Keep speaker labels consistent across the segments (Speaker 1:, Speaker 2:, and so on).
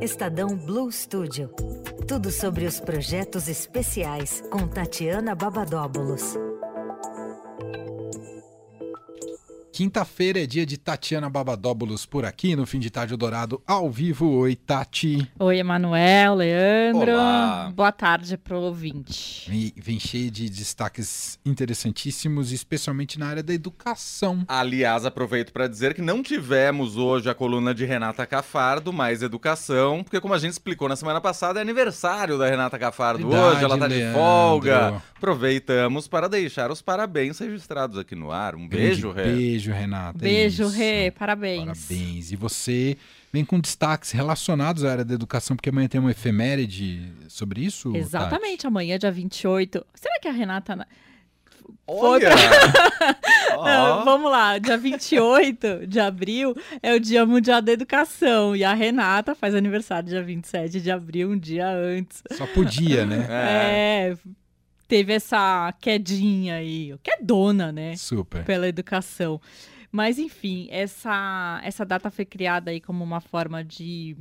Speaker 1: Estadão Blue Studio. Tudo sobre os projetos especiais com Tatiana Babadóbulos.
Speaker 2: Quinta-feira é dia de Tatiana Babadóbulos por aqui no Fim de Tarde Dourado, ao vivo. Oi, Tati.
Speaker 3: Oi, Emanuel, Leandro.
Speaker 4: Olá.
Speaker 3: Boa tarde pro ouvinte.
Speaker 2: E vem cheio de destaques interessantíssimos, especialmente na área da educação.
Speaker 4: Aliás, aproveito para dizer que não tivemos hoje a coluna de Renata Cafardo, mais educação, porque como a gente explicou na semana passada, é aniversário da Renata Cafardo
Speaker 2: Verdade,
Speaker 4: hoje, ela tá de
Speaker 2: Leandro.
Speaker 4: folga. Aproveitamos para deixar os parabéns registrados aqui no ar. Um beijo,
Speaker 2: Grande
Speaker 4: Rê.
Speaker 2: Beijo, Renata. é
Speaker 3: Beijo,
Speaker 2: isso.
Speaker 3: Rê. Parabéns.
Speaker 2: Parabéns. E você vem com destaques relacionados à área da educação, porque amanhã tem uma efeméride sobre isso? Tati?
Speaker 3: Exatamente, amanhã, dia 28. Será que a Renata. na-
Speaker 4: Olha!
Speaker 3: Não,
Speaker 4: Ó,
Speaker 3: vamos lá, dia 28 de abril é o Dia Mundial da Educação. E a Renata faz aniversário dia 27 de abril, um dia antes.
Speaker 2: Só podia, né?
Speaker 4: é.
Speaker 3: É, teve essa quedinha aí, que é dona, né?
Speaker 2: Super.
Speaker 3: pela educação. Mas, enfim, essa, essa data foi criada aí como uma forma de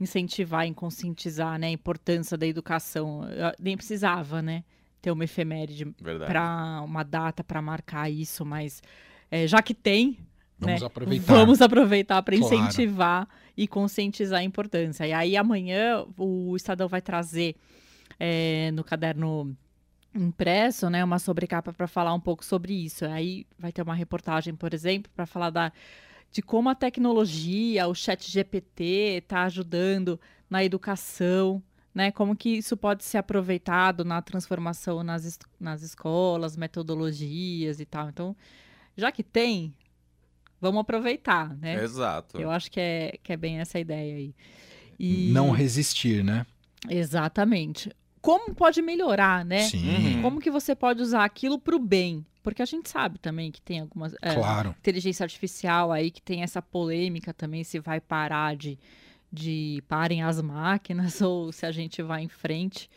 Speaker 3: incentivar e conscientizar né, a importância da educação. Eu nem precisava, né? Ter uma efeméride
Speaker 4: Verdade.
Speaker 3: para uma data para marcar isso, mas é, já que tem,
Speaker 2: Vamos
Speaker 3: né?
Speaker 2: aproveitar.
Speaker 3: Vamos aproveitar para
Speaker 2: Claro.
Speaker 3: incentivar e conscientizar a importância. E aí amanhã o Estadão vai trazer eh, no caderno impresso, né, uma sobrecapa para falar um pouco sobre isso. Aí vai ter uma reportagem, por exemplo, para falar da de como a tecnologia, o chat GPT está tá ajudando na educação, né? Como que isso pode ser aproveitado na transformação nas, es- nas escolas, metodologias e tal. Então, já que tem, vamos aproveitar, né?
Speaker 4: Exato.
Speaker 3: Eu acho que é, que é bem essa a ideia aí. E-
Speaker 2: Não resistir, né?
Speaker 3: Exatamente. Como pode melhorar, né?
Speaker 2: Sim,
Speaker 3: Como que você pode usar aquilo para o bem? Porque a gente sabe também que tem algumas é,
Speaker 2: claro.
Speaker 3: inteligência artificial aí que tem essa polêmica também se vai parar de, de parem as máquinas ou se a gente vai em frente.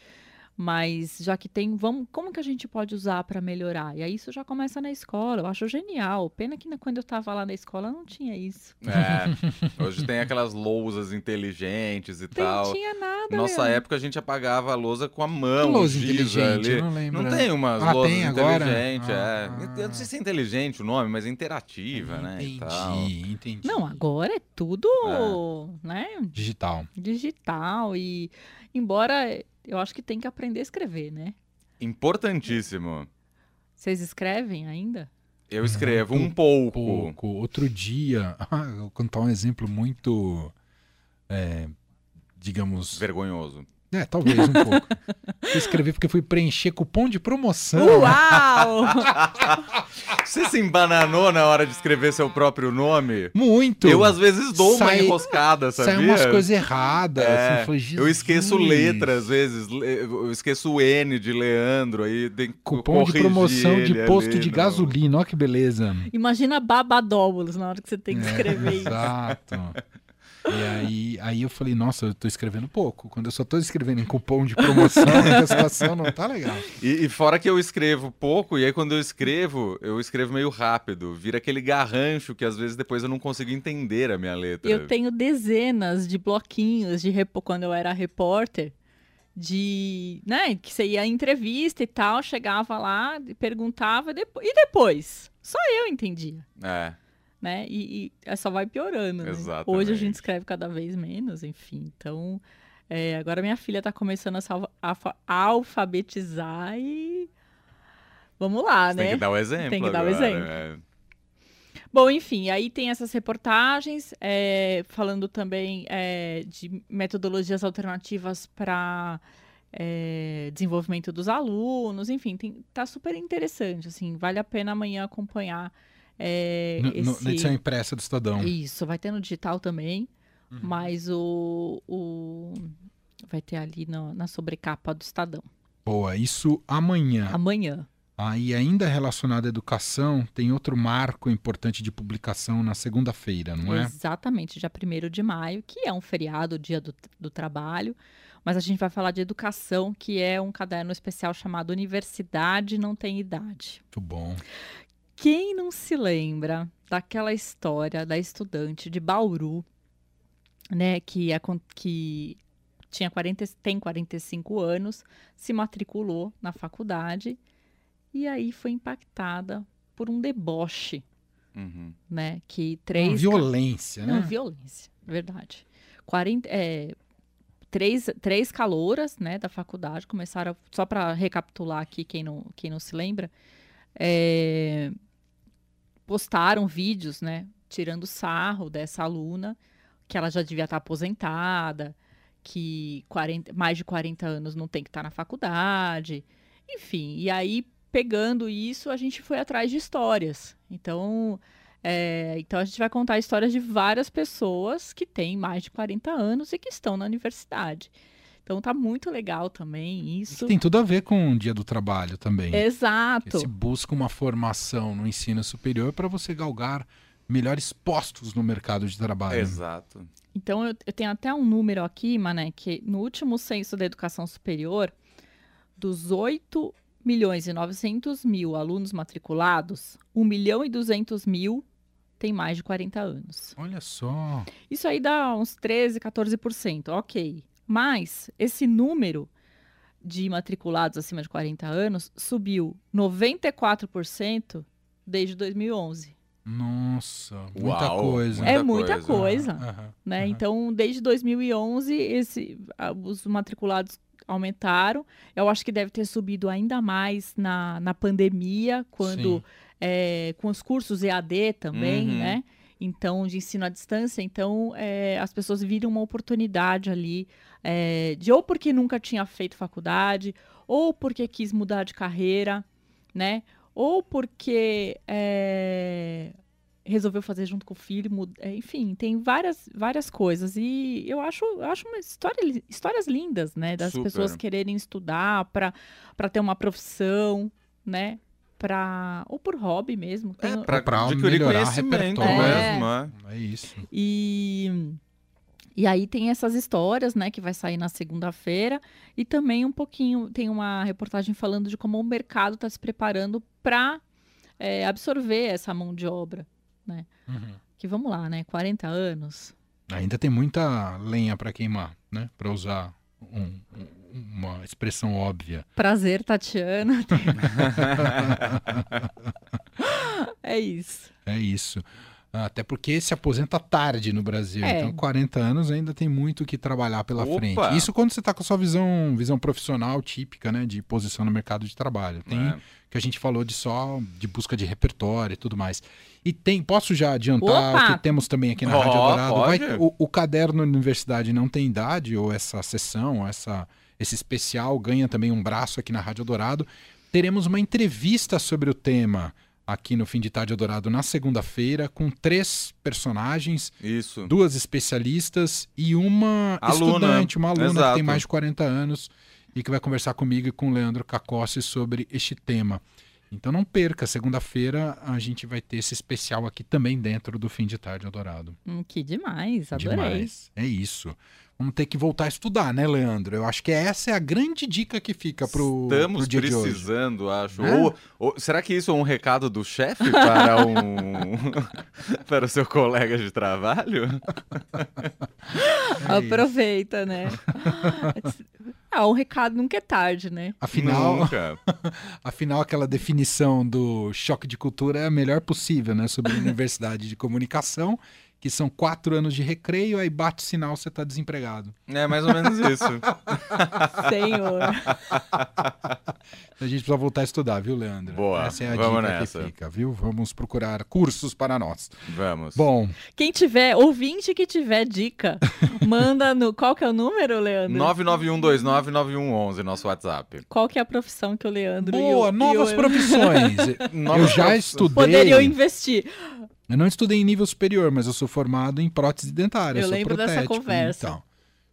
Speaker 3: Mas já que tem, vamos, como que a gente pode usar para melhorar? E aí isso já começa na escola. Eu acho genial. Pena que na- quando eu estava lá na escola não tinha isso.
Speaker 4: É. Hoje tem aquelas lousas inteligentes e
Speaker 3: Não
Speaker 4: tal.
Speaker 3: tinha nada.
Speaker 4: Tá, Nossa
Speaker 3: Leandro.
Speaker 4: época a gente apagava a lousa com a mão,
Speaker 2: Lousa
Speaker 4: o giz
Speaker 2: inteligente,
Speaker 4: ali.
Speaker 2: eu não lembro.
Speaker 4: Não tem umas
Speaker 2: Ah,
Speaker 4: lojas
Speaker 2: tem agora?
Speaker 4: inteligentes, é.
Speaker 2: Ah.
Speaker 4: Eu não sei se é inteligente o nome, mas é interativa, né? e
Speaker 2: Entendi,
Speaker 4: tal.
Speaker 2: entendi.
Speaker 3: Não, agora é tudo, né?
Speaker 2: Digital.
Speaker 3: Digital e embora eu acho que tem que aprender a escrever, né?
Speaker 4: Importantíssimo.
Speaker 3: Vocês escrevem ainda?
Speaker 4: Eu escrevo
Speaker 2: Uhum.
Speaker 4: um pouco.
Speaker 2: Pouco. Outro dia, ah, eu vou contar um exemplo muito, é, digamos,
Speaker 4: Vergonhoso.
Speaker 2: é, talvez um pouco. Eu escrevi porque fui preencher cupom de promoção.
Speaker 3: Uau!
Speaker 4: Você se embananou na hora de escrever seu próprio nome?
Speaker 2: Muito.
Speaker 4: Eu às vezes dou
Speaker 2: Sai-
Speaker 4: uma enroscada, sabia?
Speaker 2: Saiu umas coisas erradas. assim,
Speaker 4: É,
Speaker 2: eu falei,
Speaker 4: Eu esqueço
Speaker 2: "Jesus".
Speaker 4: letra às vezes, le- eu esqueço o N de Leandro, aí tem que
Speaker 2: Cupom de
Speaker 4: corrigir
Speaker 2: promoção de
Speaker 4: ele
Speaker 2: posto
Speaker 4: ali
Speaker 2: de
Speaker 4: no-
Speaker 2: gasolina, olha que beleza.
Speaker 3: Imagina babadóbulos na hora que você tem que
Speaker 2: É,
Speaker 3: escrever isso.
Speaker 2: Exato. E aí, aí eu falei, nossa, eu tô escrevendo pouco. Quando eu só tô escrevendo em cupom de promoção, a situação não tá legal.
Speaker 4: E, e fora que eu escrevo pouco, e aí quando eu escrevo, eu escrevo meio rápido. Vira aquele garrancho que às vezes depois eu não consigo entender a minha letra.
Speaker 3: Eu tenho dezenas de bloquinhos de repo- quando eu era repórter, de, né, que você ia em entrevista e tal, chegava lá e perguntava depo- e depois. Só eu entendia,
Speaker 4: É.
Speaker 3: né? E, e é só vai piorando, né?
Speaker 4: Exatamente.
Speaker 3: Hoje a gente escreve cada vez menos, enfim. Então, é, agora minha filha tá começando a se alfa- alfa- alfabetizar e vamos lá,
Speaker 4: Você
Speaker 3: né?
Speaker 4: Tem que dar o exemplo.
Speaker 3: Tem que dar o
Speaker 4: agora,
Speaker 3: exemplo.
Speaker 4: é.
Speaker 3: Bom, enfim, aí tem essas reportagens, é, falando também é, de metodologias alternativas para desenvolvimento dos alunos, enfim, tem, tá super interessante, assim, vale a pena amanhã acompanhar é,
Speaker 2: No- no-
Speaker 3: esse...
Speaker 2: Na edição impressa do Estadão.
Speaker 3: Isso, vai ter no digital também,
Speaker 2: Uhum.
Speaker 3: mas o, o- vai ter ali no- na sobrecapa do Estadão,
Speaker 2: Boa, isso amanhã.
Speaker 3: amanhã.
Speaker 2: Aí, ainda relacionado à educação, tem outro marco importante de publicação na segunda-feira, não é?
Speaker 3: Exatamente, dia 1 de maio, que é um feriado, o dia do, do trabalho. Mas a gente vai falar de educação, que é um caderno especial chamado Universidade Não Tem Idade.
Speaker 2: Muito bom.
Speaker 3: Quem não se lembra daquela história da estudante de Bauru, né, que, acon- que tinha 40, e- tem 45 anos, se matriculou na faculdade e aí foi impactada por um deboche,
Speaker 4: Uhum.
Speaker 3: né, que
Speaker 2: Uma
Speaker 3: três... ca-
Speaker 2: violência,
Speaker 3: Não,
Speaker 2: né?
Speaker 3: violência, verdade. 40, é, três, três calouras né, da faculdade começaram, a- só para recapitular aqui quem não, quem não se lembra, é, postaram vídeos, né, tirando sarro dessa aluna, que ela já devia estar aposentada, que 40 mais de 40 anos não tem que estar na faculdade, enfim. E aí, pegando isso, a gente foi atrás de histórias. Então, é, então a gente vai contar histórias de várias pessoas que têm mais de 40 anos e que estão na universidade. Então tá muito legal também
Speaker 2: E
Speaker 3: isso. É,
Speaker 2: que tem tudo a ver com o dia do trabalho também.
Speaker 3: Exato.
Speaker 2: Se busca uma formação no ensino superior para você galgar melhores postos no mercado de trabalho.
Speaker 4: Exato.
Speaker 3: Então, eu, eu tenho até um número aqui, Mané, que no último censo da educação superior, dos 8 milhões e 900 mil alunos matriculados, 1 milhão e 200 mil tem mais de 40 anos.
Speaker 2: Olha só.
Speaker 3: Isso aí dá uns 13, 14%, ok. Mas esse número de matriculados acima de 40 anos subiu 94% desde 2011.
Speaker 2: Nossa, muita
Speaker 4: Uau,
Speaker 2: coisa.
Speaker 3: é muita
Speaker 4: coisa.
Speaker 3: coisa.
Speaker 2: Aham,
Speaker 3: né?
Speaker 2: aham.
Speaker 3: Então, desde 2011, esse, a- os matriculados aumentaram. Eu acho que deve ter subido ainda mais na, na pandemia, quando
Speaker 2: Sim.
Speaker 3: é, com os cursos EAD também,
Speaker 4: Uhum.
Speaker 3: né? Então, de ensino à distância, então é, as pessoas viram uma oportunidade ali é, de ou porque nunca tinha feito faculdade, ou porque quis mudar de carreira, né? Ou porque é, resolveu fazer junto com o filho, mud- é, enfim, tem várias, várias coisas. E eu acho, eu acho uma história, li- histórias lindas, né? Das
Speaker 4: Super.
Speaker 3: pessoas quererem estudar para ter uma profissão, né? Pra, ou por hobby mesmo. Tem- um-
Speaker 4: É, pra,
Speaker 2: pra
Speaker 4: adquirir
Speaker 2: melhorar
Speaker 4: conhecimento
Speaker 2: repertório.
Speaker 4: mesmo, é.
Speaker 2: É isso.
Speaker 3: E, e aí tem essas histórias, né, que vai sair na segunda-feira. E também um pouquinho, tem uma reportagem falando de como o mercado está se preparando para absorver essa mão de obra.
Speaker 2: Uhum.
Speaker 3: Que vamos lá, né? 40 anos.
Speaker 2: Ainda tem muita lenha para queimar, né? Para usar um- um- uma expressão óbvia.
Speaker 3: Prazer, Tatiana. É isso.
Speaker 2: É isso. Até porque se aposenta tarde no Brasil.
Speaker 3: É.
Speaker 2: Então, 40 anos ainda tem muito o que trabalhar pela
Speaker 4: Opa!
Speaker 2: frente. Isso quando você está com a sua visão, visão profissional típica, né? De posição no mercado de trabalho. Tem
Speaker 4: É.
Speaker 2: que a gente falou de só de busca de repertório e tudo mais. E tem, posso já adiantar
Speaker 3: Opa!
Speaker 2: o que temos também aqui na
Speaker 4: Ó,
Speaker 2: Rádio Dourado?
Speaker 4: pode.
Speaker 2: o, o caderno Universidade Não Tem Idade, ou essa sessão, essa, esse especial, ganha também um braço aqui na Rádio Dourado. Teremos uma entrevista sobre o tema aqui no Fim de Tarde Dourado na segunda-feira, com três personagens,
Speaker 4: Isso.
Speaker 2: duas especialistas e uma
Speaker 4: Aluna.
Speaker 2: estudante, uma aluna que
Speaker 4: Exato.
Speaker 2: tem mais de 40 anos e que vai conversar comigo e com o Leandro Cacossi sobre este tema. Então não perca, segunda-feira a gente vai ter esse especial aqui também dentro do Fim de Tarde Eldorado.
Speaker 3: Hum, que demais, adorei.
Speaker 2: Demais. É isso. Vamos ter que voltar a estudar, né, Leandro? Eu acho que essa é a grande dica que fica pro,
Speaker 4: Estamos
Speaker 2: pro dia de hoje.
Speaker 4: precisando, acho.
Speaker 2: É?
Speaker 4: Ou- ou- será que isso é um recado do chefe para um para o seu colega de trabalho?
Speaker 2: É isso.
Speaker 3: Aproveita, né? ah, o recado nunca é tarde, né?
Speaker 2: Afinal,
Speaker 4: Nunca.
Speaker 2: Afinal, aquela definição do choque de cultura é a melhor possível, né? Sobre a Universidade de Comunicação, que são quatro anos de recreio, aí bate sinal, você tá desempregado.
Speaker 4: É mais ou menos isso.
Speaker 3: Senhor.
Speaker 2: A gente precisa voltar a estudar, viu, Leandro?
Speaker 4: Boa,
Speaker 2: Essa é a
Speaker 4: vamos
Speaker 2: dica
Speaker 4: nessa.
Speaker 2: que fica, viu? Vamos procurar cursos para nós.
Speaker 4: Vamos.
Speaker 2: Bom,
Speaker 3: Quem tiver, ouvinte que tiver dica, manda no. Qual que é o número, Leandro?
Speaker 4: 991299111, nosso WhatsApp.
Speaker 3: Qual que é a profissão que o Leandro e o-
Speaker 2: boa,
Speaker 3: e
Speaker 2: novas
Speaker 3: eu
Speaker 2: profissões. Eu
Speaker 4: Novas
Speaker 2: já
Speaker 4: profissões.
Speaker 2: estudei.
Speaker 3: poderiam investir?
Speaker 2: Eu não estudei em nível superior, mas eu sou formado em prótese dentária.
Speaker 3: Eu
Speaker 2: sou
Speaker 3: lembro dessa
Speaker 2: protético,
Speaker 3: conversa.
Speaker 2: Então,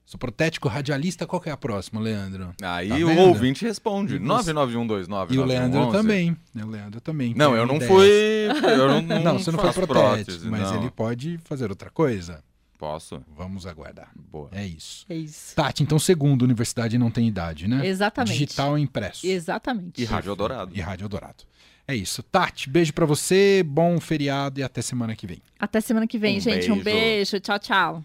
Speaker 2: sou protético radialista. Qual que é a próxima, Leandro?
Speaker 4: Aí
Speaker 2: Tá
Speaker 4: o
Speaker 2: vendo?
Speaker 4: ouvinte responde.
Speaker 2: E você-
Speaker 4: 991299111.
Speaker 2: E o Leandro também. né? O Leandro também.
Speaker 4: Não,
Speaker 2: tem
Speaker 4: eu não
Speaker 2: ideias.
Speaker 4: fui. Eu não, não,
Speaker 2: Não, você não foi
Speaker 4: faço
Speaker 2: protético,
Speaker 4: prótese,
Speaker 2: mas
Speaker 4: não.
Speaker 2: ele pode fazer outra coisa.
Speaker 4: Posso?
Speaker 2: Vamos aguardar.
Speaker 4: Boa.
Speaker 2: É isso.
Speaker 3: É isso.
Speaker 2: Tati, então, segundo, universidade não tem idade, né?
Speaker 3: Exatamente.
Speaker 2: Digital e impresso.
Speaker 3: Exatamente.
Speaker 4: E Rádio Eldorado.
Speaker 2: E Rádio Dourado. É isso. Tati, beijo pra você, bom feriado e até semana que vem.
Speaker 3: Até semana que vem,
Speaker 4: Um
Speaker 3: gente. Um
Speaker 4: beijo.
Speaker 3: beijo. Tchau, tchau.